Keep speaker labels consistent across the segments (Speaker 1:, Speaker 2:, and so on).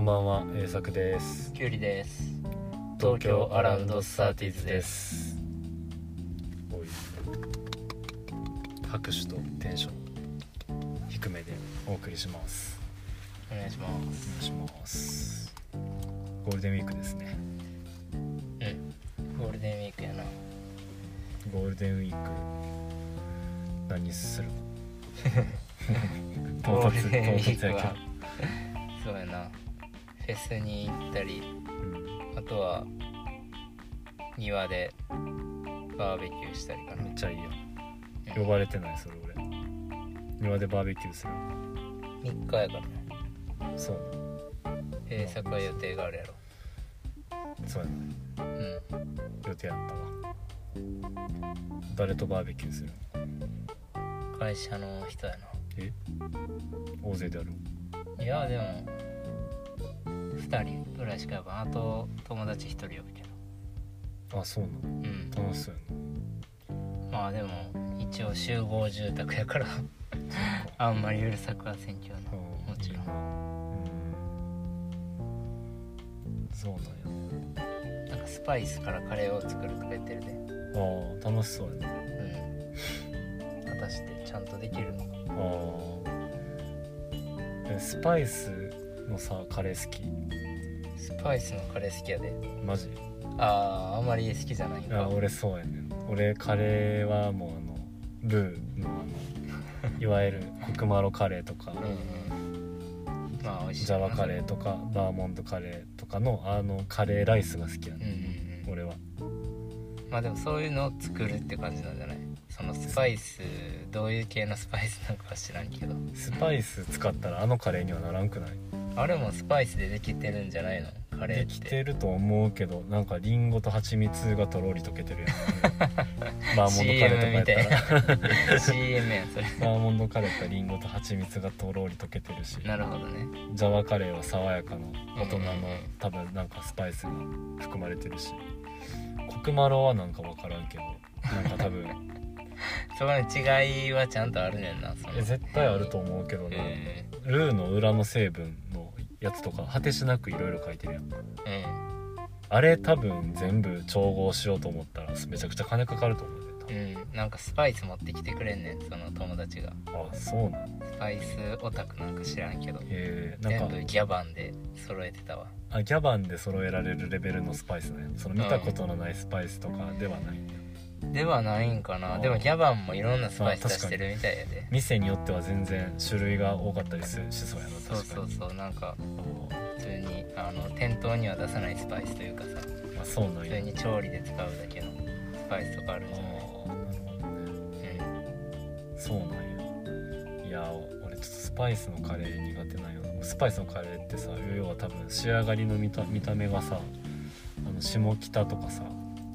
Speaker 1: んばんは、栄作です。
Speaker 2: キュウリです
Speaker 1: 東京アラウンドサーティーズです。おい拍手とテンション低めでお送りします。
Speaker 2: お願いしま
Speaker 1: お願いします。ゴールデンウィークですね。
Speaker 2: すうんゴールデンウィークやな
Speaker 1: ゴールデンウィーク何す る？唐
Speaker 2: ゴー
Speaker 1: 突
Speaker 2: ルデンウ
Speaker 1: 唐
Speaker 2: ィー
Speaker 1: 突
Speaker 2: ク
Speaker 1: や
Speaker 2: は そうやなフェスに行った
Speaker 1: け
Speaker 2: り
Speaker 1: ど。うん
Speaker 2: あとは庭でバーベキューしたりかな
Speaker 1: めっちゃいいよ。
Speaker 2: う
Speaker 1: 呼
Speaker 2: ん
Speaker 1: ばれてないそれ俺。庭でバーベキューする。
Speaker 2: 3日やからね
Speaker 1: そう。
Speaker 2: 閉鎖は予定があるやろ
Speaker 1: そうやな。
Speaker 2: うん
Speaker 1: 予定あったわ誰とバーベキューするの
Speaker 2: 会社の人や
Speaker 1: え大勢でやろう
Speaker 2: ないやでも2人ぐらいしかやばんあと友達1人呼ぶけど
Speaker 1: あそうな
Speaker 2: うん
Speaker 1: の楽しそうや
Speaker 2: まあでも一応集合住宅やから あんまりうるさくはせんけどな
Speaker 1: な
Speaker 2: もちろん
Speaker 1: んうんそうなん
Speaker 2: なんかスパイスからカレーを作るとか言ってるで
Speaker 1: やああ楽しそうやね
Speaker 2: うん果たしてちゃんとできるのか
Speaker 1: ああえスパイスのさカレー好き
Speaker 2: スパイスのカレー好きやで
Speaker 1: マジ
Speaker 2: あああんまり好きじゃないんか
Speaker 1: あ俺そうやねん俺カレーはもうあのルーのあのいわゆるコクマロカレーとか、
Speaker 2: うんうんまあ美味しい
Speaker 1: ジャワカレーとかバーモンドカレーとかのあのカレーライスが好きや
Speaker 2: うんう
Speaker 1: ね、
Speaker 2: んうん
Speaker 1: 俺は
Speaker 2: まあでもそういうのを作るって感じなんじゃないそのスパイスどういう系のスパイスなんかは知らんけど
Speaker 1: スパイス使ったらあのカレーにはならんくない
Speaker 2: あれもスパイスでできてるんじゃないのカレー
Speaker 1: で
Speaker 2: って
Speaker 1: きてると思うけどなんかリンゴと蜂蜜がとろり溶けてるや んバーモンドカレ
Speaker 2: CM
Speaker 1: ー
Speaker 2: み
Speaker 1: とかや
Speaker 2: た
Speaker 1: っ
Speaker 2: い
Speaker 1: た
Speaker 2: な
Speaker 1: ら
Speaker 2: CM やそれ
Speaker 1: バーモンドカレーやったらリンゴと蜂蜜がとろり溶けてるし
Speaker 2: なるほどね
Speaker 1: ジャワカレーは爽やかな大人の
Speaker 2: うんうんうん
Speaker 1: 多分なんかスパイスが含まれてるしコクマロはなんか分からんけどなんか多分
Speaker 2: そこの違いはちゃんとあるねんなその
Speaker 1: え絶対あると思うけどな、
Speaker 2: え
Speaker 1: ルーの裏の成分のやつとか果てしなくいろいろ書いてるやん
Speaker 2: ーうん
Speaker 1: あれ多分全部調合しようと思ったらめちゃくちゃ金かかると思うんだよ
Speaker 2: うん、なんかスパイス持ってきてくれんねんその友達が
Speaker 1: 多分あそうなん
Speaker 2: スパイスオタクなんか知らんけど
Speaker 1: へえな
Speaker 2: 全
Speaker 1: んか
Speaker 2: 部ギャバンで揃えてたわ
Speaker 1: あギャバンで揃えられるレベルのスパイスねその見たことのないスパイスとかではない、
Speaker 2: ではないんか
Speaker 1: あ
Speaker 2: な
Speaker 1: ー
Speaker 2: でもギャバンもいろんなスパイス
Speaker 1: あ
Speaker 2: 出
Speaker 1: 確か
Speaker 2: し
Speaker 1: に
Speaker 2: てるみたいやで
Speaker 1: 店によっては全然種類が多かったりするしそうやな
Speaker 2: そう
Speaker 1: 確か
Speaker 2: そう
Speaker 1: に
Speaker 2: そうなんか普通にあの店頭には出さないスパイスというかさ
Speaker 1: ああそうなん
Speaker 2: 普
Speaker 1: や
Speaker 2: 通
Speaker 1: あ
Speaker 2: に調理で使うだけのスパイスとかあるんじゃない
Speaker 1: あなるほどね
Speaker 2: うん
Speaker 1: そうなんやいや俺ちょっとスパイスのカレー苦手なんよスパイスのカレーってさ要は多分仕上がりの見た見た目がさあの下北とかさ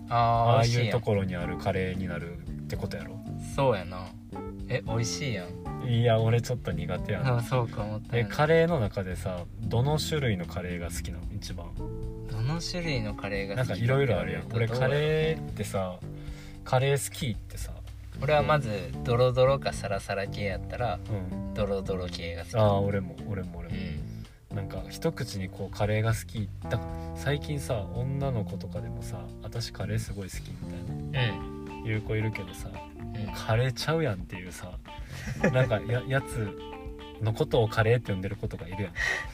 Speaker 2: あ
Speaker 1: ああ
Speaker 2: ー美味し
Speaker 1: い
Speaker 2: いうや
Speaker 1: と
Speaker 2: ん
Speaker 1: ころにあるカレーになるってことやろ
Speaker 2: そうやなえ美味しいやん
Speaker 1: いや俺ちょっと苦手や
Speaker 2: あ
Speaker 1: な
Speaker 2: ーそうか思った
Speaker 1: え
Speaker 2: よ
Speaker 1: カレーの中でさどの種類のカレーが好きなの一番
Speaker 2: どの種類のカレーが
Speaker 1: なんかいろいろあるやん俺カ
Speaker 2: ー
Speaker 1: レーってさカレー好きってさ、
Speaker 2: 俺はまずドロドロかサラサラ系やったら
Speaker 1: うん、
Speaker 2: ドロドロ系が
Speaker 1: あ
Speaker 2: 好
Speaker 1: あ俺も俺も俺
Speaker 2: きう
Speaker 1: も、
Speaker 2: ん
Speaker 1: なんか一口にこうカレーが好きだ最近さ女の子とかでもさ「私カレーすごい好き」みたいな
Speaker 2: うん
Speaker 1: 言う子いるけどさ
Speaker 2: うん
Speaker 1: カレーちゃうやんっていう さなんかややつのことをカレーって呼んでることがいる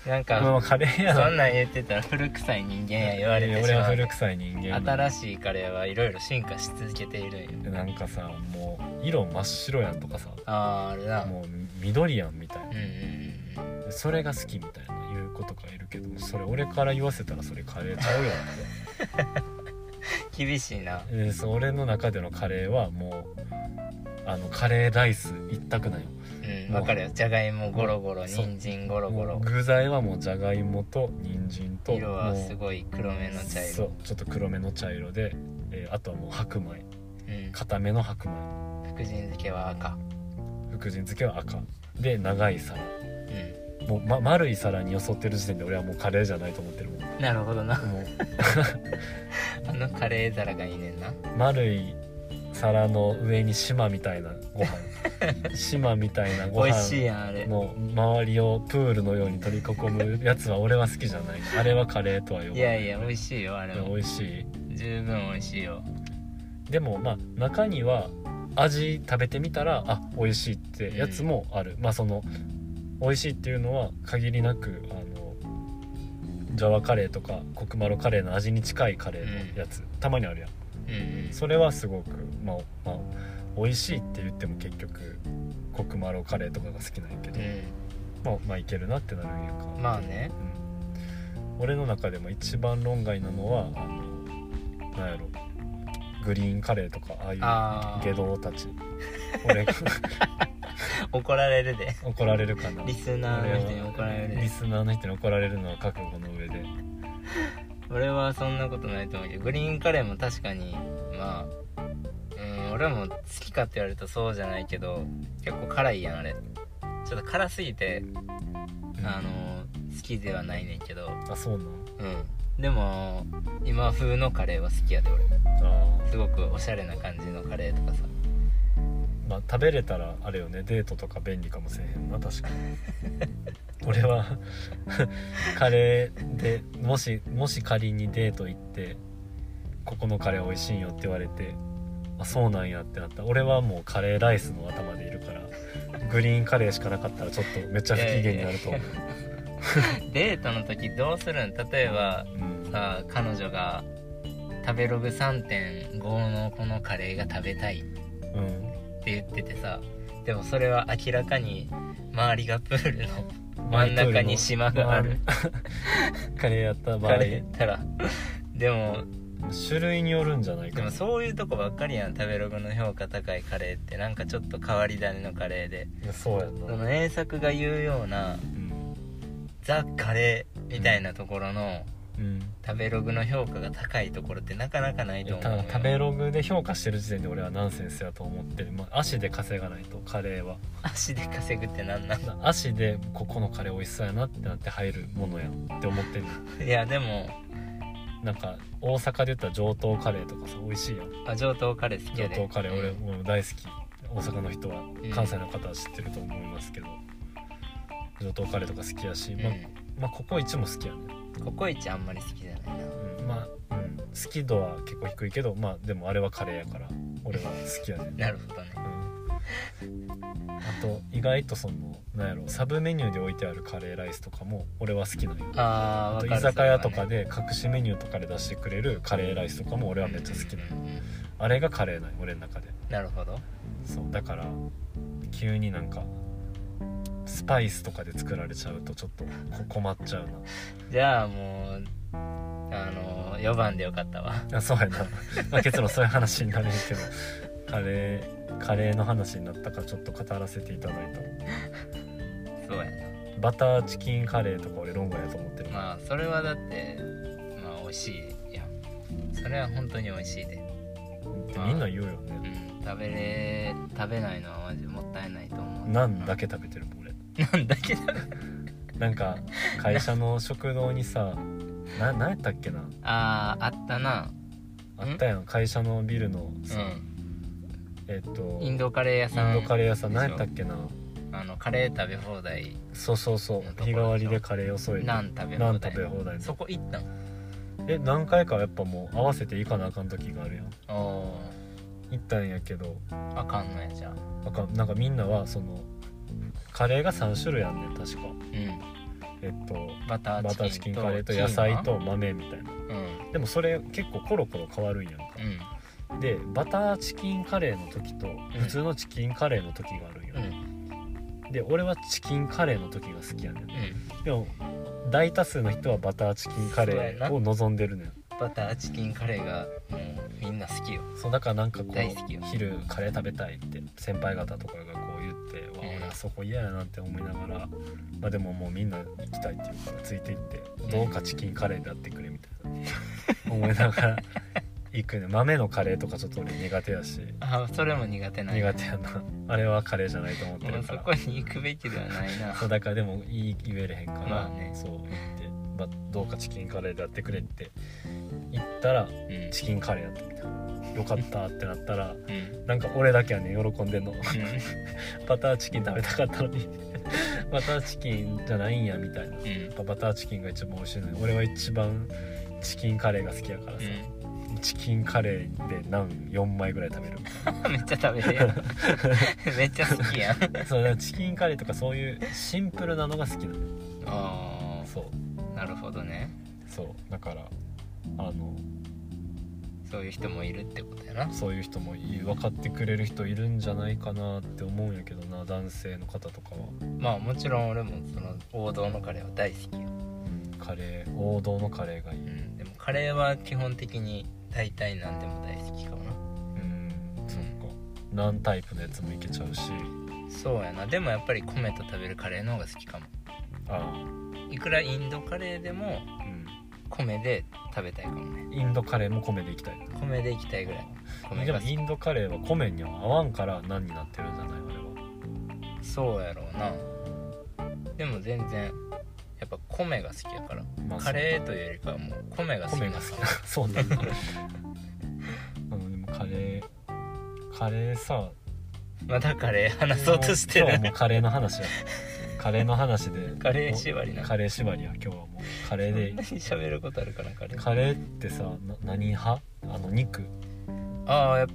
Speaker 1: やん
Speaker 2: なん
Speaker 1: も
Speaker 2: か
Speaker 1: うカレーや
Speaker 2: そ
Speaker 1: なん
Speaker 2: なん言ってたら古臭い人間や言われてし
Speaker 1: 俺は
Speaker 2: ま
Speaker 1: 古
Speaker 2: う
Speaker 1: 臭い人間
Speaker 2: 新しいカレーはいろいろ進化し続けているんよ
Speaker 1: なんかさもう色真っ白やんとかさ
Speaker 2: あーあれな
Speaker 1: もう緑やんみたい
Speaker 2: うんうんうん
Speaker 1: なそれが好きみたいな言うことがいるけどそれ俺から言わせたらそれカレーちゃうやん
Speaker 2: 厳しいな
Speaker 1: えーそう俺の中でのカレーはもうあのカレーライス一択なんよ
Speaker 2: うんわかるよじゃがいもゴロゴロ
Speaker 1: そう
Speaker 2: 人参ゴロゴ
Speaker 1: もう
Speaker 2: ロ
Speaker 1: 具材はもうじゃがいもと人参と
Speaker 2: 色は
Speaker 1: もう
Speaker 2: すごい黒めの茶
Speaker 1: そ
Speaker 2: 色
Speaker 1: うちょっと黒めの茶色で、えーあとはもう白米
Speaker 2: うん
Speaker 1: 固めの白米
Speaker 2: 福神漬けは赤
Speaker 1: 福神漬けは赤で長い皿
Speaker 2: う
Speaker 1: もう、ま、丸い皿によそってる時点で俺はもうカレーじゃないと思ってるもん
Speaker 2: んな るほどな
Speaker 1: もう
Speaker 2: あのカレー皿がいいねんな
Speaker 1: 丸い皿の上に島みたいなご 飯島みたいなご
Speaker 2: 美味しい
Speaker 1: 飯
Speaker 2: やんあれ
Speaker 1: の周りをプールのように取り囲むやつは俺は好きじゃないあれはカレーとは呼ばない
Speaker 2: いやいや美味しいよあれ
Speaker 1: でも
Speaker 2: も
Speaker 1: 美味しい
Speaker 2: 十分美味しいよ
Speaker 1: でもまあ中には味食べてみたらあ美味しいってやつもある、まあその美味しいっていうのは限りなくあのジャワカレーとかコクマロカレーの味に近いカレーのやつ、たまにあるやん
Speaker 2: うん
Speaker 1: それはすごくまあ、まあ、美味しいって言っても結局コクマロカレーとかが好きなんやけど、
Speaker 2: う
Speaker 1: まあ、まあいけるなってなるんやんか
Speaker 2: んまあね
Speaker 1: うん俺の中でも一番論外なのはあのなんやろグリーンカレーとかああ
Speaker 2: あ
Speaker 1: いう
Speaker 2: あ
Speaker 1: 下道たち俺が
Speaker 2: 怒られるで
Speaker 1: 怒られるかな
Speaker 2: リスナーの人に怒られる
Speaker 1: リ
Speaker 2: で
Speaker 1: スナーの人に怒られるのは覚悟の上で
Speaker 2: 俺はそんなことないと思うけどグリーンカレーも確かにまあうん俺も好きかって言われるとそうじゃないけど結構辛いやんあれちょっと辛すぎてあの好きではないねんけど
Speaker 1: あそうなん
Speaker 2: うんでも今風のカレーは好きやで俺
Speaker 1: あー
Speaker 2: すごくおしゃれな感じのカレーとかさ
Speaker 1: まあ食べれたらあれよねデートとか便利かもしれへんな確かに俺は カレーでもしもし仮にデート行ってここのカレー美味しいよって言われてあそうなんやってなった俺はもうカレーライスの頭でいるからグリーンカレーしかなかったらちょっとめっちゃ不機嫌になると思う、
Speaker 2: デートの時どうするん例えば
Speaker 1: うん
Speaker 2: さ彼女が食べログ3.5のこのカレーが食べたいって
Speaker 1: うん
Speaker 2: 言っててさでもそれは明らかに周りがプールの
Speaker 1: マ
Speaker 2: 真
Speaker 1: イ
Speaker 2: ん
Speaker 1: プールの
Speaker 2: 中に島がある
Speaker 1: カレーやった場
Speaker 2: カ
Speaker 1: 合
Speaker 2: レーやったらでも
Speaker 1: 種類によるんじゃない
Speaker 2: で
Speaker 1: かな
Speaker 2: もそういうとこばっかりやん食べログの評価高いカレーってなんかちょっと変わり種のカレーで
Speaker 1: いやそうや
Speaker 2: そ
Speaker 1: な、
Speaker 2: の名作が言うような
Speaker 1: うん
Speaker 2: ザ・カレーみたいなところの
Speaker 1: うん
Speaker 2: 食べログの評価が高いところってなかなかないと思う
Speaker 1: た
Speaker 2: よ
Speaker 1: だ食べログで評価してる時点で俺はナンセンスやと思ってる、まあ、足で稼がないとカレーは
Speaker 2: 足で稼ぐってなん なん
Speaker 1: な足でここのカレー美味しそうやなってなって入るものやんって思ってる
Speaker 2: いやでも
Speaker 1: なんか大阪で言ったら上等カレーとかさ美味しいやん
Speaker 2: あ上等カレー好き
Speaker 1: 上
Speaker 2: やで
Speaker 1: 等カレー俺もう大好き大阪の人は
Speaker 2: うん
Speaker 1: 関西の方は知ってると思いますけど上等カレーとか好きやし、
Speaker 2: うん
Speaker 1: まあまあココイチも好きやね、
Speaker 2: ココイチあんまり好きじゃないな
Speaker 1: うん、まあ、うん、好き度は結構低いけどまあでもあれはカレーやから俺は好きやね
Speaker 2: なるほどね
Speaker 1: うんあと意外とそのなんやろサブメニューで置いてあるカレーライスとかも俺は好きなんよ
Speaker 2: あ
Speaker 1: あ
Speaker 2: あ
Speaker 1: と居酒屋とかで隠しメニューとかで出してくれるカレーライスとかも俺はめっちゃ好きなのあれがカレーなんよ俺の中で
Speaker 2: なるほど
Speaker 1: そうだから急になんかスパイスとかで作られちゃうとちょっとこ困っちゃう
Speaker 2: じゃあもうあの4番でよかったわ
Speaker 1: なあそうやな、まあ、結論そういう話になるんやけどカレーカレーの話になったからちょっと語らせていただいた
Speaker 2: そうやな
Speaker 1: バターチキンカレーとか俺論外やと思ってる、
Speaker 2: まあそれはだってまあ美味しいやんそれは本当に美味しいで
Speaker 1: ってみんな言うよね
Speaker 2: うん食べれ食べないのはマジでもったいないと思う
Speaker 1: なんだけ食べてるもん俺
Speaker 2: なんだけど
Speaker 1: なんか会社の食堂にさな何やったっけな
Speaker 2: あああったな
Speaker 1: あったやん会社のビルのさ、
Speaker 2: う
Speaker 1: えっと
Speaker 2: んインドカレー屋
Speaker 1: イ
Speaker 2: さん
Speaker 1: ンドカレー屋さん
Speaker 2: でしょ
Speaker 1: 何やったっけな
Speaker 2: あのカレー食べ放題
Speaker 1: そうそうそう
Speaker 2: なんか
Speaker 1: 日替わりでカレーを添えて
Speaker 2: ナン食べ
Speaker 1: ナ
Speaker 2: 放
Speaker 1: ン食
Speaker 2: 題
Speaker 1: べ放題
Speaker 2: そこ行ったん
Speaker 1: え何回かやっぱもう合わせていかなあかん時があるやん
Speaker 2: お
Speaker 1: 行ったんやけど
Speaker 2: ーあかんのやじゃあ
Speaker 1: なんかなんかみんなはそのカレーが3種類あんねん確か
Speaker 2: うん
Speaker 1: えっと
Speaker 2: バタ
Speaker 1: バタ
Speaker 2: ー
Speaker 1: ー
Speaker 2: チ
Speaker 1: チ
Speaker 2: キ
Speaker 1: キ
Speaker 2: ン
Speaker 1: ン
Speaker 2: と
Speaker 1: カレーと
Speaker 2: キーマ
Speaker 1: 野菜と豆みたいな
Speaker 2: うん
Speaker 1: でもそれ結構コロコロ変わるんやんかでバターチキンカレーの時と普通のチキンカレーの時があるんよ
Speaker 2: うんう、ん
Speaker 1: で俺はチキンカレーの時が好きやねん
Speaker 2: うん
Speaker 1: でも大多数の人はバターチキンカレーを望んでるねん
Speaker 2: バターチキンカレーがもうみんな好きよ
Speaker 1: そうだからなんかこ
Speaker 2: 大好きよ
Speaker 1: う昼カレー食べたいって先輩方とかがこう言ってわ
Speaker 2: うん
Speaker 1: 俺あそこ嫌やなって思いながらまあでももうみんな行きたいっていうからついて行ってどうかチキンカレーでやってくれみたいな思いながら行くね豆のカレーとかちょっと俺苦手やし
Speaker 2: あそれも苦手なんや
Speaker 1: 苦手やなあれはカレーじゃないと思って
Speaker 2: もう
Speaker 1: る
Speaker 2: そ
Speaker 1: から
Speaker 2: こに行くべきではないな
Speaker 1: そうだからでもいい言えれへんから、
Speaker 2: まあね
Speaker 1: そう言って、まあ、どうかチキンカレーでやってくれって言ったら
Speaker 2: うん
Speaker 1: チキンカレーやったみたいなよかったってなったら
Speaker 2: うんうん
Speaker 1: なんか俺だけはね喜んでんの バターチキン食べたかったのに バターチキンじゃないんやみたいなや
Speaker 2: うんうん
Speaker 1: っぱバターチキンが一番美味しいのに俺は一番チキンカレーが好きやからさ、チキンカレーで何4枚ぐらい食べ る
Speaker 2: めっちゃ食べてるやん めっちゃ好きやん
Speaker 1: そうだからチキンカレーとかそういうシンプルなのが好きなの
Speaker 2: あ
Speaker 1: そう
Speaker 2: あなるほどね
Speaker 1: そうだからあの
Speaker 2: そういう人もいるってことやな
Speaker 1: そういう人もいい分かってくれる人いるんじゃないかなって思うんやけどな男性の方とかは、
Speaker 2: まあもちろん俺もその王道のカレーは大好きよ、、
Speaker 1: カレー王道のカレーがいいううん
Speaker 2: でもカレーは基本的に大体何でも大好きかもなん
Speaker 1: そっか何タイプのやつもいけちゃうし
Speaker 2: そうやなでもやっぱり米と食べるカレーの方が好きかも
Speaker 1: あ
Speaker 2: いくらインドカレーでも
Speaker 1: あうん
Speaker 2: 米で食べたいかもね
Speaker 1: インドカレーも米でいきたい
Speaker 2: 米でいきたいぐらい米
Speaker 1: でも
Speaker 2: が好き
Speaker 1: インドカレーは米には合わんから何になってるんじゃないあれは
Speaker 2: そうやろうなでも全然やっぱ米が好きやから
Speaker 1: まあ
Speaker 2: カレーというよりかはもう米が好き
Speaker 1: 米
Speaker 2: な
Speaker 1: が
Speaker 2: の
Speaker 1: 好きな そうなん だあのでもカレーカレーさ
Speaker 2: まだカレー話そうとして
Speaker 1: 今日は
Speaker 2: る
Speaker 1: もうカレーの話やカレーの話で
Speaker 2: カレー縛りな
Speaker 1: カレー縛りや今日はもうカレーで
Speaker 2: 何喋ることあるかなカレー
Speaker 1: カレーってさな何派あの肉
Speaker 2: ああやっぱ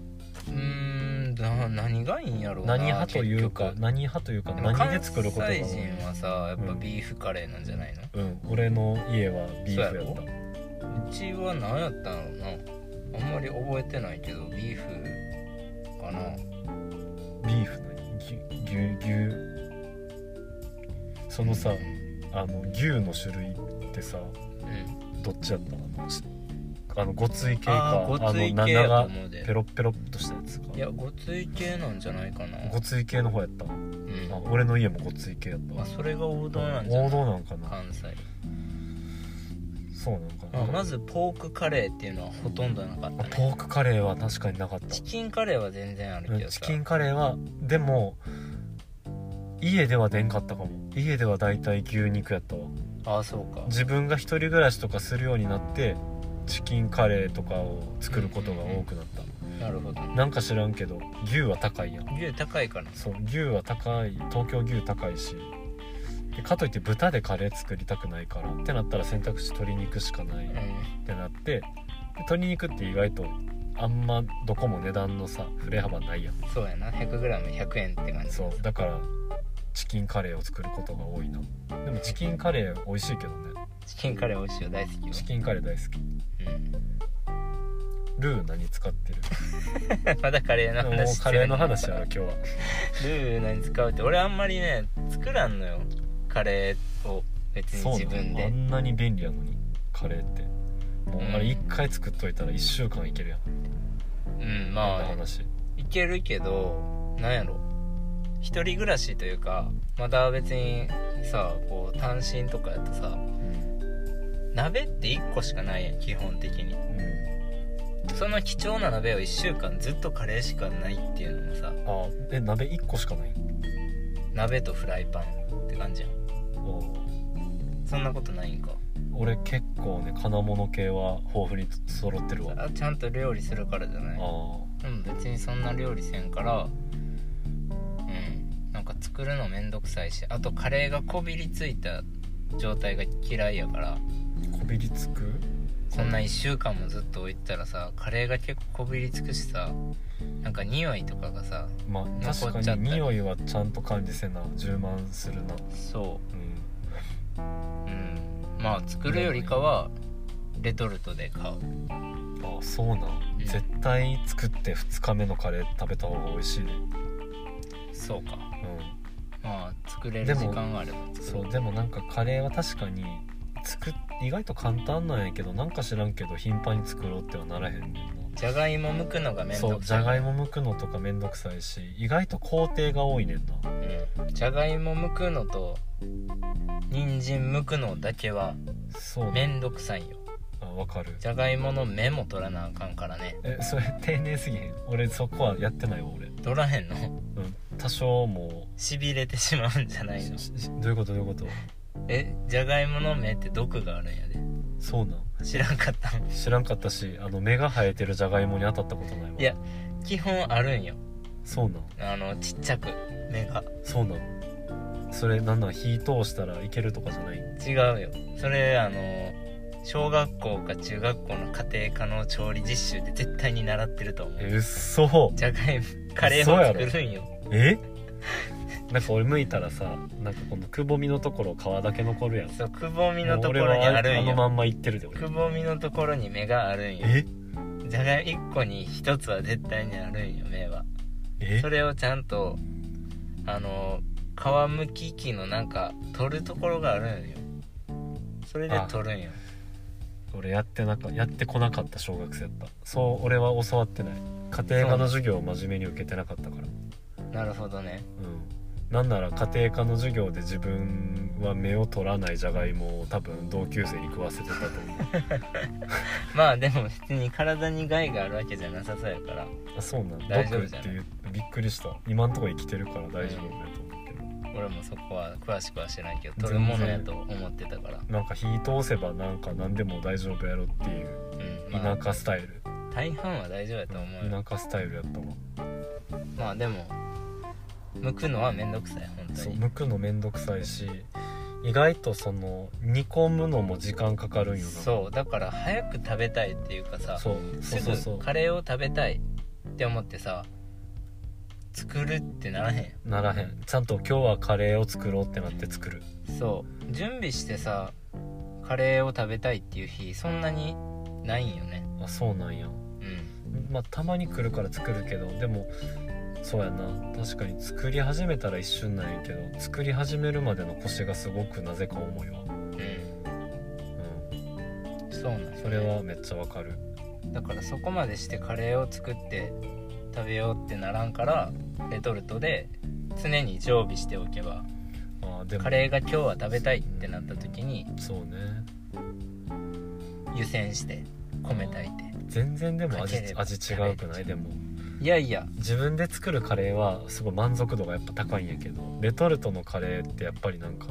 Speaker 2: うーんな何がいいんやろうな
Speaker 1: 何派というか
Speaker 2: 結局
Speaker 1: 何派というか
Speaker 2: でも
Speaker 1: 何で作ることが多い
Speaker 2: 関西人はさやっぱビーフカレーなんじゃないの、
Speaker 1: うん俺の家はビーフやっ
Speaker 2: そ
Speaker 1: た
Speaker 2: うちは何やったんやろうなあんまり覚えてないけどビーフかな
Speaker 1: ビーフの牛牛牛そのさ
Speaker 2: うん
Speaker 1: あの牛の種類ってさどっちやったあのしあのごつい系
Speaker 2: あ
Speaker 1: か
Speaker 2: あごつい
Speaker 1: あの
Speaker 2: 系やと
Speaker 1: 長
Speaker 2: 思うで
Speaker 1: ペロッペロッとしたやつか
Speaker 2: いやごつい系なんじゃないかな
Speaker 1: ごつい系の方やった
Speaker 2: うん
Speaker 1: あ俺の家もごつい系やった
Speaker 2: まあ
Speaker 1: わ
Speaker 2: それが王道なんじゃな
Speaker 1: 王
Speaker 2: い
Speaker 1: 道なんかな
Speaker 2: 関西、
Speaker 1: そうなんか
Speaker 2: ま
Speaker 1: な
Speaker 2: あ、まずポークカレーっていうのはほとんどなかっ
Speaker 1: あ
Speaker 2: た
Speaker 1: ポ
Speaker 2: ね
Speaker 1: ークカレーは確かになかった
Speaker 2: チキンカレーは全然あるけどさ
Speaker 1: チキンカレーはでも家では出んかったかも家ではだいたい牛肉やったわ
Speaker 2: ああそうか
Speaker 1: 自分が一人暮らしとかするようになってチキンカレーとかを作ることが多くなった、
Speaker 2: なるほど
Speaker 1: なんか知らんけど牛は高いやん
Speaker 2: 牛高いから
Speaker 1: そう牛は高い東京牛高いしでかといって豚でカレー作りたくないからってなったら選択肢鶏肉しかないっ
Speaker 2: う
Speaker 1: てなってで鶏肉って意外とあんまどこも値段のさ振れ幅ないやん
Speaker 2: んそうやな 100g100 円って感じ
Speaker 1: そうだからチキンカレーを作ることが多いなでもチキンカレー美味しいけどね
Speaker 2: チキンカレー美味しいよ大好きよ
Speaker 1: チキンカレー大好きルー何使って る
Speaker 2: うんまだカレーの
Speaker 1: でもも
Speaker 2: 話
Speaker 1: う
Speaker 2: して
Speaker 1: カ
Speaker 2: ない
Speaker 1: レーの話やろ今日は
Speaker 2: ルー何使うって俺あんまりね作らんのよカレーを別に
Speaker 1: そう
Speaker 2: 自分
Speaker 1: なのあ
Speaker 2: で
Speaker 1: んなに便利やのにカレーってもう
Speaker 2: うん
Speaker 1: あれ1回作っといたら1週間いけるやん
Speaker 2: うん
Speaker 1: あんな
Speaker 2: まあ
Speaker 1: 話
Speaker 2: いけるけどなんやろ一人暮らしというかまだ別にさこう単身とかやとさ鍋って1個しかないやん基本的に
Speaker 1: うん
Speaker 2: その貴重な鍋を1週間ずっとカレーしかないっていうのもさ
Speaker 1: あえ鍋1個しかない
Speaker 2: 鍋とフライパンって感じやん
Speaker 1: お
Speaker 2: そんなことないんか
Speaker 1: 俺結構ね金物系は豊富に揃ってるわあ
Speaker 2: あちゃんと料理するからじゃない
Speaker 1: あ
Speaker 2: でも別にそんな料理せんからうんなんか作るのめんどくさいしあとカレーがこびりついた状態が嫌いやから
Speaker 1: こびりつく
Speaker 2: そんな1週間もずっと置いてたらさカレーが結構こびりつくしさなんか匂いとかがさ
Speaker 1: まあ
Speaker 2: 残っちゃった
Speaker 1: 確かに匂いはちゃんと管理せな充満するな
Speaker 2: そ
Speaker 1: うん
Speaker 2: ううんまあ作るよりかはレトルトで買う
Speaker 1: あそうなん、
Speaker 2: ん
Speaker 1: 絶対作って2日目のカレー食べた方が美味しいね
Speaker 2: そうか
Speaker 1: う
Speaker 2: まあ作れる時間があれば
Speaker 1: ん
Speaker 2: 作
Speaker 1: そ
Speaker 2: ろ
Speaker 1: うでもなんかカレーは確かに作っ意外と簡単なんやけどなんか知らんけど頻繁に作ろうってはならへんねんな
Speaker 2: じゃがいも剥くのがめん
Speaker 1: そ
Speaker 2: ど
Speaker 1: う
Speaker 2: く
Speaker 1: じ
Speaker 2: さい
Speaker 1: ゃがいも剥くのとかめんどくさいし意外と工程が多いねんな
Speaker 2: うんじゃがいも剥くのと人参剥くのだけは
Speaker 1: そう
Speaker 2: めんどくさいよ
Speaker 1: あわかる
Speaker 2: じゃがいもの芽も取らなあかんからね
Speaker 1: えそれ丁寧すぎへん俺そこはやってないわ俺、
Speaker 2: 取らへんの
Speaker 1: うん、多少も
Speaker 2: しびれてしまうんじゃな
Speaker 1: う
Speaker 2: いの
Speaker 1: ししどういうことどういうこと
Speaker 2: えじゃがいもの芽って毒があるんやで
Speaker 1: そうなん
Speaker 2: 知らんかったもん
Speaker 1: 知らんかったしあの芽が生えてるじゃがいもに当たったことないわ
Speaker 2: いや基本あるんよ
Speaker 1: そうなん
Speaker 2: あのちっちゃく目が
Speaker 1: そうなんそれなんなん火通したらいけるとかじゃない
Speaker 2: 違うよそれあの小学校か中学校の家庭科の調理実習で絶対に習ってると思う
Speaker 1: えうっそ
Speaker 2: じゃがいもカレーを作るんよ
Speaker 1: えなんか俺向いたらさなんかこのくぼみのところ皮だけ残るやん
Speaker 2: そうくぼみ
Speaker 1: も
Speaker 2: の
Speaker 1: う
Speaker 2: とこ
Speaker 1: 俺
Speaker 2: ろに
Speaker 1: は
Speaker 2: あ
Speaker 1: あ
Speaker 2: るん
Speaker 1: のま
Speaker 2: よ
Speaker 1: んまいってるで俺
Speaker 2: くぼみのところに目があるんよ
Speaker 1: え
Speaker 2: じゃがいも1個に1つは絶対にあるんよ目は
Speaker 1: え
Speaker 2: それをちゃんとあの皮むき器のなんか取るところがあるんよそれで取るんよ
Speaker 1: 俺やってなかやってこなかった小学生やったそう俺は教わってない家庭科の授業を真面目に受けてなかったから
Speaker 2: なるほどね
Speaker 1: うんなんなら家庭科の授業で自分は目を取らないじゃがいもを多分同級生に食わせてたと思う
Speaker 2: まあでも別に体に害があるわけじゃなさそうやから
Speaker 1: あそうなんだ
Speaker 2: 大丈
Speaker 1: 毒
Speaker 2: 夫
Speaker 1: っ
Speaker 2: じゃ
Speaker 1: て
Speaker 2: ない
Speaker 1: いうびっくりした今んとこ生きてるから大丈夫だと思うけど、
Speaker 2: 俺もそこは詳しくは知らんけど取るものやと思ってたから
Speaker 1: なんか火通せばなんか何でも大丈夫やろっていう
Speaker 2: うんまあ
Speaker 1: 田舎スタイル、
Speaker 2: 大半は大丈夫やと思うよ
Speaker 1: 田舎スタイルやったわ
Speaker 2: まあでも剥くのはめんどくさい本当
Speaker 1: そう
Speaker 2: に
Speaker 1: 剥くのめんどくさいし意外とその煮込むのも時間かかるんよな
Speaker 2: そうだから早く食べたいっていうかさ
Speaker 1: そうそうそう
Speaker 2: す
Speaker 1: そ
Speaker 2: ぐカレーを食べたいって思ってさ作るってならへ
Speaker 1: うならへんちゃんと今日はカレーを作ろうってなって作る
Speaker 2: んそう準備してさカレーを食べたいっていう日そんなにないんよね
Speaker 1: あそうなんや
Speaker 2: うん
Speaker 1: まあたまに来るから作るけどでもそうやな確かに作り始めたら一瞬なんやけど作り始めるまでの腰がすごくなぜか重いわ
Speaker 2: うん
Speaker 1: うん
Speaker 2: そうなんよね
Speaker 1: それはめっちゃわかる
Speaker 2: だからそこまでしてカレーを作って食べようってならんからレトルトで常に常備しておけば
Speaker 1: あーでも
Speaker 2: カレーが今日は食べたいってなった時に
Speaker 1: そうね
Speaker 2: 湯煎して米炊いて
Speaker 1: 全然でも味
Speaker 2: かければ
Speaker 1: 味違うくないでも
Speaker 2: いやいや
Speaker 1: 自分で作るカレーはすごい満足度がやっぱ高いんやけどレトルトのカレーってやっぱりなんか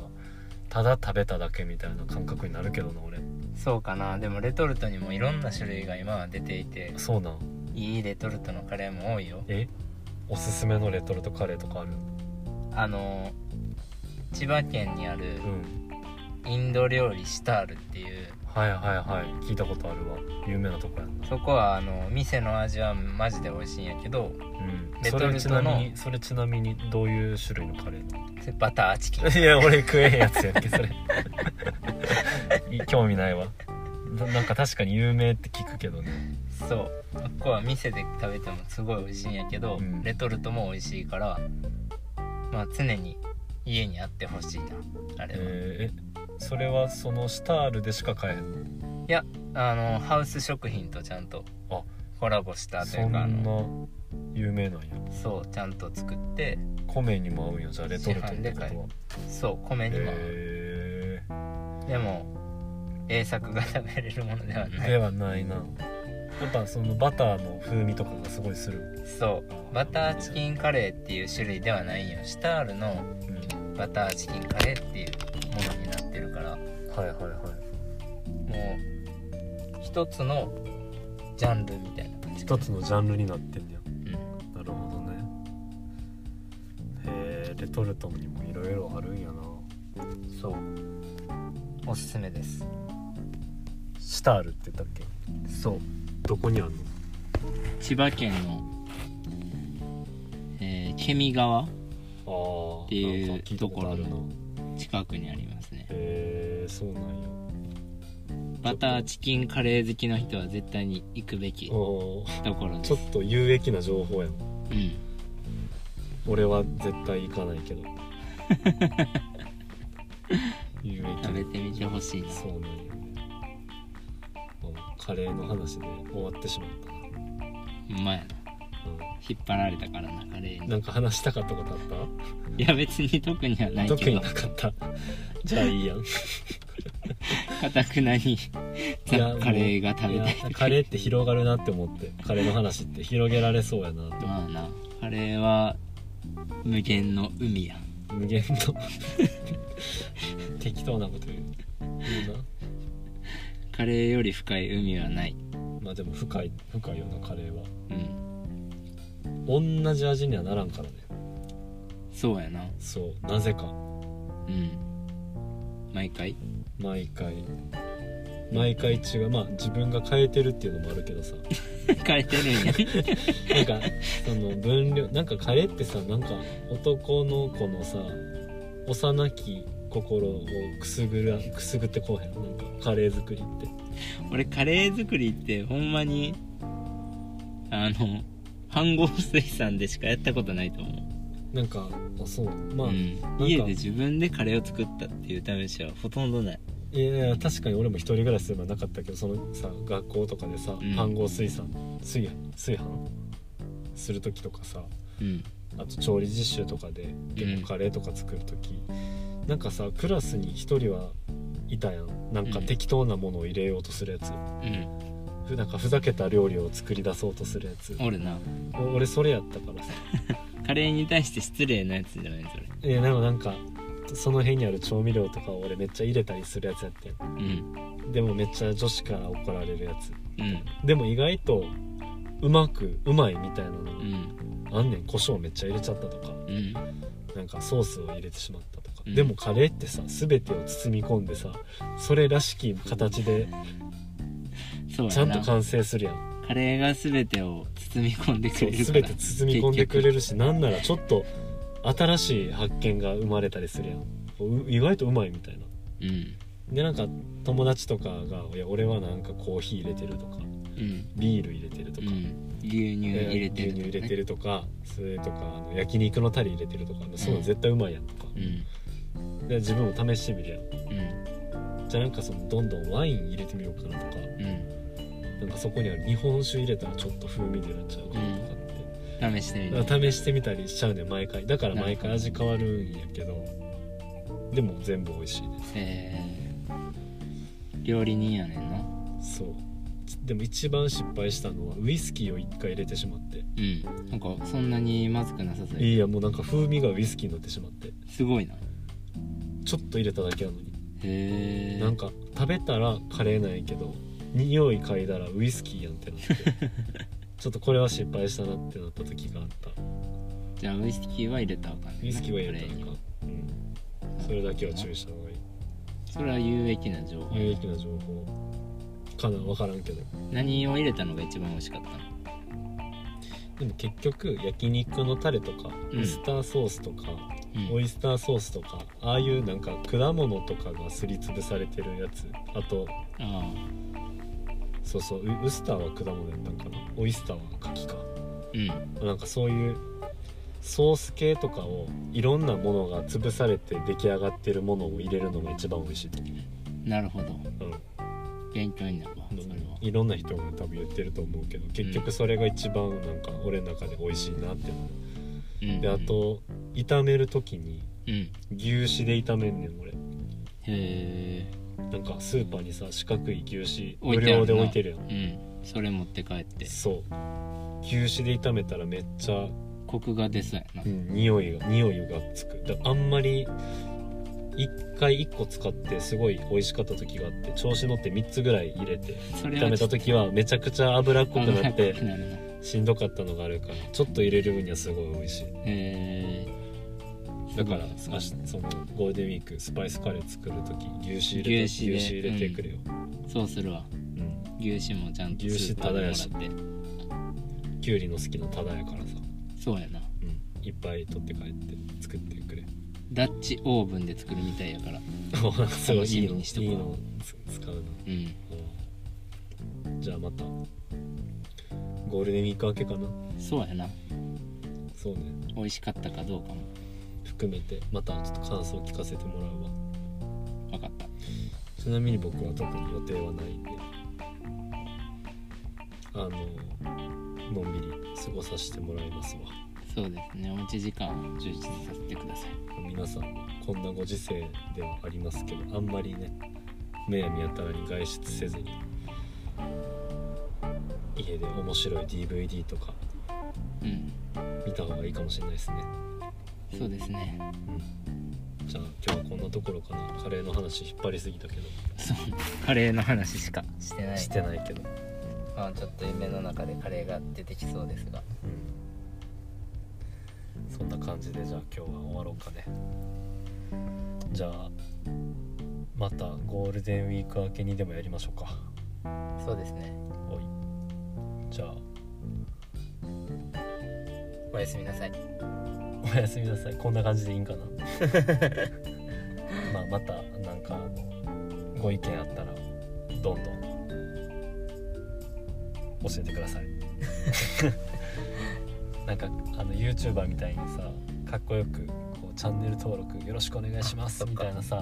Speaker 1: ただ食べただけみたいな感覚になるけどな俺
Speaker 2: そうかなでもレトルトにもいろんな種類が今は出ていて
Speaker 1: そうなん
Speaker 2: いいレトルトのカレーも多いよ
Speaker 1: えおすすめのレトルトカレーとかある
Speaker 2: あの千葉県にある
Speaker 1: うん
Speaker 2: インド料理シタールっていう
Speaker 1: はいはいはい聞いたことあるわ有名なとこやんな
Speaker 2: そこはあの店の味はマジで美味しいんやけど
Speaker 1: うん
Speaker 2: レ
Speaker 1: そ
Speaker 2: ト
Speaker 1: れ
Speaker 2: ル
Speaker 1: ち
Speaker 2: トの
Speaker 1: なみにそれちなみにどういう種類のカレ ーな
Speaker 2: バターチキン
Speaker 1: のいや俺食えへんやつやっけそれい 興味ないわななんか確かに有名って聞くけどね
Speaker 2: そうここは店で食べてもすごい美味しいんやけど、
Speaker 1: うん
Speaker 2: レトルトも美味しいからまあ常に家にあってほしいなあれは、
Speaker 1: えーえそれはそのシタールでしか買えへんの
Speaker 2: あのハウス食品とちゃんと
Speaker 1: あ
Speaker 2: コラボしたとい
Speaker 1: そ
Speaker 2: うんかあ
Speaker 1: な
Speaker 2: の
Speaker 1: 有名なんや
Speaker 2: そうちゃんと作って
Speaker 1: 米にも合うんやじゃあレトルトってこと
Speaker 2: 市販で買え
Speaker 1: は
Speaker 2: そう米にも合う、
Speaker 1: へえ
Speaker 2: でも栄作が食べれるものではない
Speaker 1: ではないなやっぱそのバターの風味とかがすごいする、
Speaker 2: そうバターチキンカレーっていう種類ではないんよシタールの
Speaker 1: うん、
Speaker 2: バターチキンカレーっていうものになってるから
Speaker 1: はいはいはい
Speaker 2: もう一つのジャンルみたいな感じ
Speaker 1: 一つのジャンルになってんね
Speaker 2: うん
Speaker 1: やなるほどねへえレトルトにもいろいろあるんやな
Speaker 2: そうおすすめです
Speaker 1: シタールって言ったっけ
Speaker 2: そう
Speaker 1: どこにあるの
Speaker 2: 千葉県のえー、ケミ
Speaker 1: ああ
Speaker 2: 川っていう
Speaker 1: なんか聞いたとある
Speaker 2: と
Speaker 1: な
Speaker 2: こ近くにありますね
Speaker 1: へえそうなんや
Speaker 2: バターチキンカレー好きの人は絶対に行くべきと
Speaker 1: おー
Speaker 2: ころで
Speaker 1: ち
Speaker 2: す
Speaker 1: ょっと有益な情報やな
Speaker 2: うん
Speaker 1: 俺は絶対行かない けど有益
Speaker 2: 食べてみてほしいな
Speaker 1: そうなんよねもうカレーの話で終わってしまっ
Speaker 2: うまやな
Speaker 1: たな、
Speaker 2: 引っ張られたからなカレー
Speaker 1: うん、
Speaker 2: に
Speaker 1: なんか話したかったことあっ
Speaker 2: いや別に特にはな
Speaker 1: た
Speaker 2: い
Speaker 1: 特
Speaker 2: け
Speaker 1: に
Speaker 2: ど
Speaker 1: なかったじゃあいいやんい
Speaker 2: かたくなにザカレーが食べたい
Speaker 1: やカレーって広がるなって思ってカレーの話って広げられそうやなって
Speaker 2: まあなカレーは無限の海や
Speaker 1: 無限の適当なこと言う言うな
Speaker 2: カレーより深い海はない
Speaker 1: まあでも深い深いようなカレーは
Speaker 2: うん
Speaker 1: 同じ味にはならんからね
Speaker 2: そうやな
Speaker 1: そうなぜか
Speaker 2: うん毎回
Speaker 1: 毎回毎回違うまあ自分が変えてるっていうのもあるけどさ
Speaker 2: 変えてるん
Speaker 1: な
Speaker 2: や
Speaker 1: んかその分量なんかカレーってさなんか男の子のさ幼き心をくすぐらくすぐってこうへんなんかカレー作りって
Speaker 2: 俺カレー作りってほんまにあの飯合水産でしかやったことないと思う、
Speaker 1: なんかあそうまあ、
Speaker 2: うん
Speaker 1: か
Speaker 2: 家で自分でカレーを作ったっていう試しはほとんどない
Speaker 1: いやいや確かに俺も一人暮らしすればなかったけどそのさ学校とかでさ
Speaker 2: ん
Speaker 1: 飯合炊飯炊炊飯する時とかさ
Speaker 2: うん
Speaker 1: あと調理実習とかで結構カレーとか作る時、なんかさクラスに一人はいたやんなんか
Speaker 2: うん
Speaker 1: 適当なものを入れようとするやつ、
Speaker 2: うん
Speaker 1: ふなんかふざけた料理を作り出そうとするやつ
Speaker 2: 俺な
Speaker 1: お俺それやったからさ
Speaker 2: カレーに対して失礼なやつじゃないそれ
Speaker 1: いやでもなんかその辺にある調味料とかを俺めっちゃ入れたりするやつやってん
Speaker 2: うん
Speaker 1: でもめっちゃ女子から怒られるやつ
Speaker 2: うん
Speaker 1: でも意外とうまくうまいみたいなのが
Speaker 2: うん
Speaker 1: あんねん胡椒めっちゃ入れちゃったとか
Speaker 2: うん
Speaker 1: なんかソースを入れてしまったとか、
Speaker 2: うん
Speaker 1: でもカレーってさ全てを包み込んでさそれらしき形で
Speaker 2: そう
Speaker 1: ちゃ
Speaker 2: や
Speaker 1: んと
Speaker 2: な
Speaker 1: 完成するやん
Speaker 2: カレーが全てを包み込んでく
Speaker 1: そう
Speaker 2: れる
Speaker 1: 全
Speaker 2: から
Speaker 1: て包み込んでくれるしなんならちょっと新しい発見が生まれたりするやんう意外とうまいみたいな
Speaker 2: うん
Speaker 1: でなんか友達とかが「いや俺はなんかコーヒー入れてる」とか
Speaker 2: うん
Speaker 1: 「ビール入れてる」と
Speaker 2: う
Speaker 1: か、
Speaker 2: ん牛乳入れてる
Speaker 1: 牛乳入れて
Speaker 2: る
Speaker 1: るとかそれとかあの焼肉のタレ入れてるとかそういうの絶対うまいやんとか、
Speaker 2: うん
Speaker 1: で自分も試してみるやん
Speaker 2: うん
Speaker 1: じゃあなんかそのどんどんワイン入れてみようかなとか
Speaker 2: う
Speaker 1: なんかそこにある日本酒入れたらちょっと風味出るんちゃうかなとかって、
Speaker 2: ん試してみ
Speaker 1: だ
Speaker 2: る
Speaker 1: から試してみたりしちゃうねん毎回だから毎回味変わるんやけどでも全部美味しいね
Speaker 2: えー、料理人やねんな
Speaker 1: そうでも一番失敗したのはウイスキーを一回入れてしまって
Speaker 2: うんなんかそんなにまずくなさそうや
Speaker 1: いやもうなんか風味がウイスキーになってしまって
Speaker 2: すごいな
Speaker 1: ちょっと入れただけなのに
Speaker 2: へえ
Speaker 1: なんか食べたらカレーなんやけど匂い嗅いだらウイスキーやんってなってちょっとこれは失敗したなってなった時があった
Speaker 2: じゃあウイスキーは入れたらあかんねんな
Speaker 1: ウイスキーは入れたの
Speaker 2: カレーに
Speaker 1: か、うん、それだけは注意した方がい
Speaker 2: それは有益な情報
Speaker 1: い有益な情報かな分からんけど
Speaker 2: 何を入れたのが一番美味しかったの
Speaker 1: でも結局焼肉のタレとか
Speaker 2: うん
Speaker 1: ウスターソースとか、
Speaker 2: うん
Speaker 1: オイスターソースとかああいうなんか果物とかがすりつぶされてるやつあと
Speaker 2: あ
Speaker 1: そうそうウウスターは果物やったんかなオイスターは柿か
Speaker 2: あうん
Speaker 1: なんかそういうソース系とかをいろんなものが潰されて出来上がってるものを入れるのが一番美味しいと思
Speaker 2: なるほど
Speaker 1: う、うん
Speaker 2: 勉強になるわそれは
Speaker 1: うんいろんな人が多分言ってると思うけど結局それが一番なんか俺の中で美味しいなって思
Speaker 2: うん
Speaker 1: うであと炒める時に
Speaker 2: うんへ
Speaker 1: 牛脂で炒めんねん俺
Speaker 2: え
Speaker 1: なんかスーパーにさ四角い牛脂
Speaker 2: 置
Speaker 1: 無
Speaker 2: いてあるな
Speaker 1: 料で置いてるやん
Speaker 2: うんそれ持って帰って
Speaker 1: そう牛脂で炒めたらめっちゃ
Speaker 2: コクが出そうやな
Speaker 1: うん、匂いが匂いがつくだあんまり1回1個使ってすごい美味しかった時があって調子乗って3つぐらい入れて
Speaker 2: それ
Speaker 1: 炒めた時はめちゃくちゃ脂っこくなっ
Speaker 2: 危
Speaker 1: て
Speaker 2: くなるなへ
Speaker 1: しんどかったのがあるからちょっと入れる分にはすごい美味しい
Speaker 2: え
Speaker 1: だから
Speaker 2: そうです
Speaker 1: 明日そのゴールデンウィークスパイスカレー作る時牛脂入れて
Speaker 2: 牛
Speaker 1: 牛
Speaker 2: 脂で
Speaker 1: 脂入れてくるよ、
Speaker 2: そうするわ
Speaker 1: うん
Speaker 2: 牛脂もちゃんと
Speaker 1: 牛
Speaker 2: ス
Speaker 1: 脂
Speaker 2: ーパーでもら
Speaker 1: た
Speaker 2: って
Speaker 1: きゅうりの好きなタダやからさ、
Speaker 2: そうやな
Speaker 1: うん、いっぱい取って帰って作ってく れ
Speaker 2: ダッチオーブンで作るみたいやから
Speaker 1: すごいいいの
Speaker 2: 楽しみにしとこう
Speaker 1: いいのつ使うな
Speaker 2: うん
Speaker 1: うんじゃあまたゴールデンウィーク明けかな
Speaker 2: そうやな
Speaker 1: そうね
Speaker 2: 美味しかったかどうかも
Speaker 1: 含めてまたちょっと感想を聞かせてもらうわ
Speaker 2: 分かった
Speaker 1: ちなみに僕は特に予定はないんであののんびり過ごさせてもらいますわ
Speaker 2: そうですねおうち時間を充実させてください
Speaker 1: 皆さんもこんなご時世ではありますけどあんまりねむやみやたらに外出せずに家で面白い DVD とか
Speaker 2: うん
Speaker 1: 見た方がいいかもしれないですね
Speaker 2: そうですね
Speaker 1: うんじゃあ今日はこんなところかなカレーの話引っ張りすぎたけど、
Speaker 2: そうカレーの話しかしてない
Speaker 1: してないけど、
Speaker 2: まあちょっと夢の中でカレーが出てきそうですが
Speaker 1: うん、そんな感じでじゃあ今日は終わろうかねじゃあまたゴールデンウィーク明けにでもやりましょうか
Speaker 2: そうですね
Speaker 1: おいじゃあ
Speaker 2: おやすみなさい
Speaker 1: おやすみなさいこんな感じでいいんかな まあまたなんかご意見あったらどんどん教えてください なんかあの YouTuber みたいにさかっこよくこうチャンネル登録よろしくお願いします
Speaker 2: あそっ
Speaker 1: み
Speaker 2: か
Speaker 1: たいなさ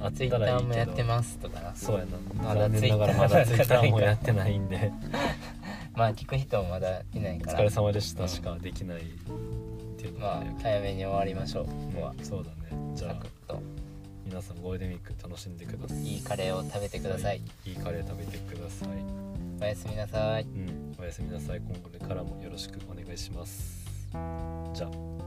Speaker 1: あっ
Speaker 2: Twitter もやってますとかな
Speaker 1: そうやな
Speaker 2: まだ
Speaker 1: 残念ながらまだ
Speaker 2: Twitter
Speaker 1: Twitter もやってない んで
Speaker 2: まあ聞く人もまだいない
Speaker 1: お
Speaker 2: か
Speaker 1: 疲れ
Speaker 2: ら
Speaker 1: 様でしたしかできないっていうの
Speaker 2: ま
Speaker 1: が
Speaker 2: あ
Speaker 1: あるけど
Speaker 2: 早めに終わりましょうここは
Speaker 1: そうだねじゃ
Speaker 2: サ
Speaker 1: あ
Speaker 2: クッと
Speaker 1: 皆さんゴールデンウィーク楽しんでください
Speaker 2: いいカレーを食べてください、
Speaker 1: いいカレー食べてください
Speaker 2: おやすみなさい
Speaker 1: うんおやすみなさい今後からもよろしくお願いしますじゃあ